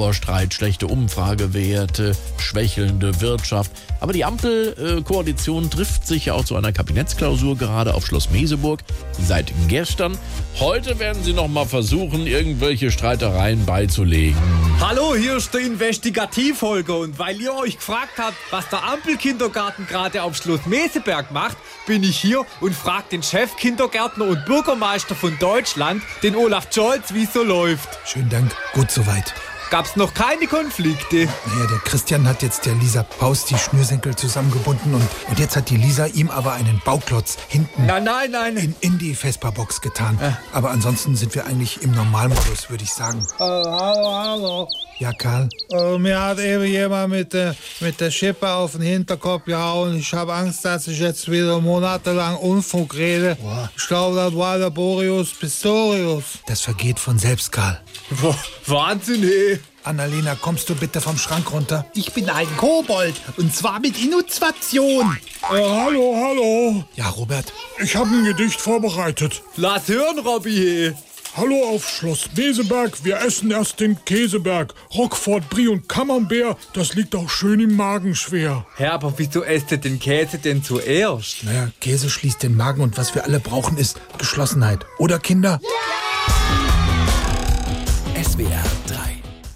Dauerstreit, schlechte Umfragewerte, schwächelnde Wirtschaft. Aber die Ampelkoalition trifft sich ja auch zu einer Kabinettsklausur gerade auf Schloss Meseburg seit gestern. Heute werden sie noch mal versuchen, irgendwelche Streitereien beizulegen. Hallo, hier ist der Investigativ-Holger und weil ihr euch gefragt habt, was der Ampelkindergarten gerade auf Schloss Meseberg macht, bin ich hier und frag den Chefkindergärtner und Bürgermeister von Deutschland, den Olaf Scholz, wie es so läuft. Schönen Dank, gut soweit. Gab's noch keine Konflikte? Naja, der Christian hat jetzt der Lisa Paus die Schnürsenkel zusammengebunden und, und jetzt hat die Lisa ihm aber einen Bauklotz hinten Nein, nein, nein. in, in die Vespa-Box getan. Äh. Aber ansonsten sind wir eigentlich im Normalmodus, würde ich sagen. Äh, Hallo, hallo, Ja, Karl? hallo. Äh, mir hat eben jemand mit, der- mit der Schippe auf den Hinterkopf gehauen. Ich habe Angst, dass ich jetzt wieder monatelang Unfug rede. Ich glaube, das war der Boreus Pistorius. Das vergeht von selbst, Karl. Boah, Wahnsinn, hey. Annalena, kommst du bitte vom Schrank runter? Ich bin ein Kobold und zwar mit Innovation. Äh, hallo, hallo. Ja, Robert. Ich habe ein Gedicht vorbereitet. Lass hören, Robby, hey. Hallo auf Schloss Meseberg. Wir essen erst den Käseberg. Rockfort, Brie und Camembert. Das liegt auch schön im Magen schwer. Herr, aber wieso esst ihr den Käse denn zuerst? Naja, Käse schließt den Magen und was wir alle brauchen ist Geschlossenheit. Oder, Kinder? SWR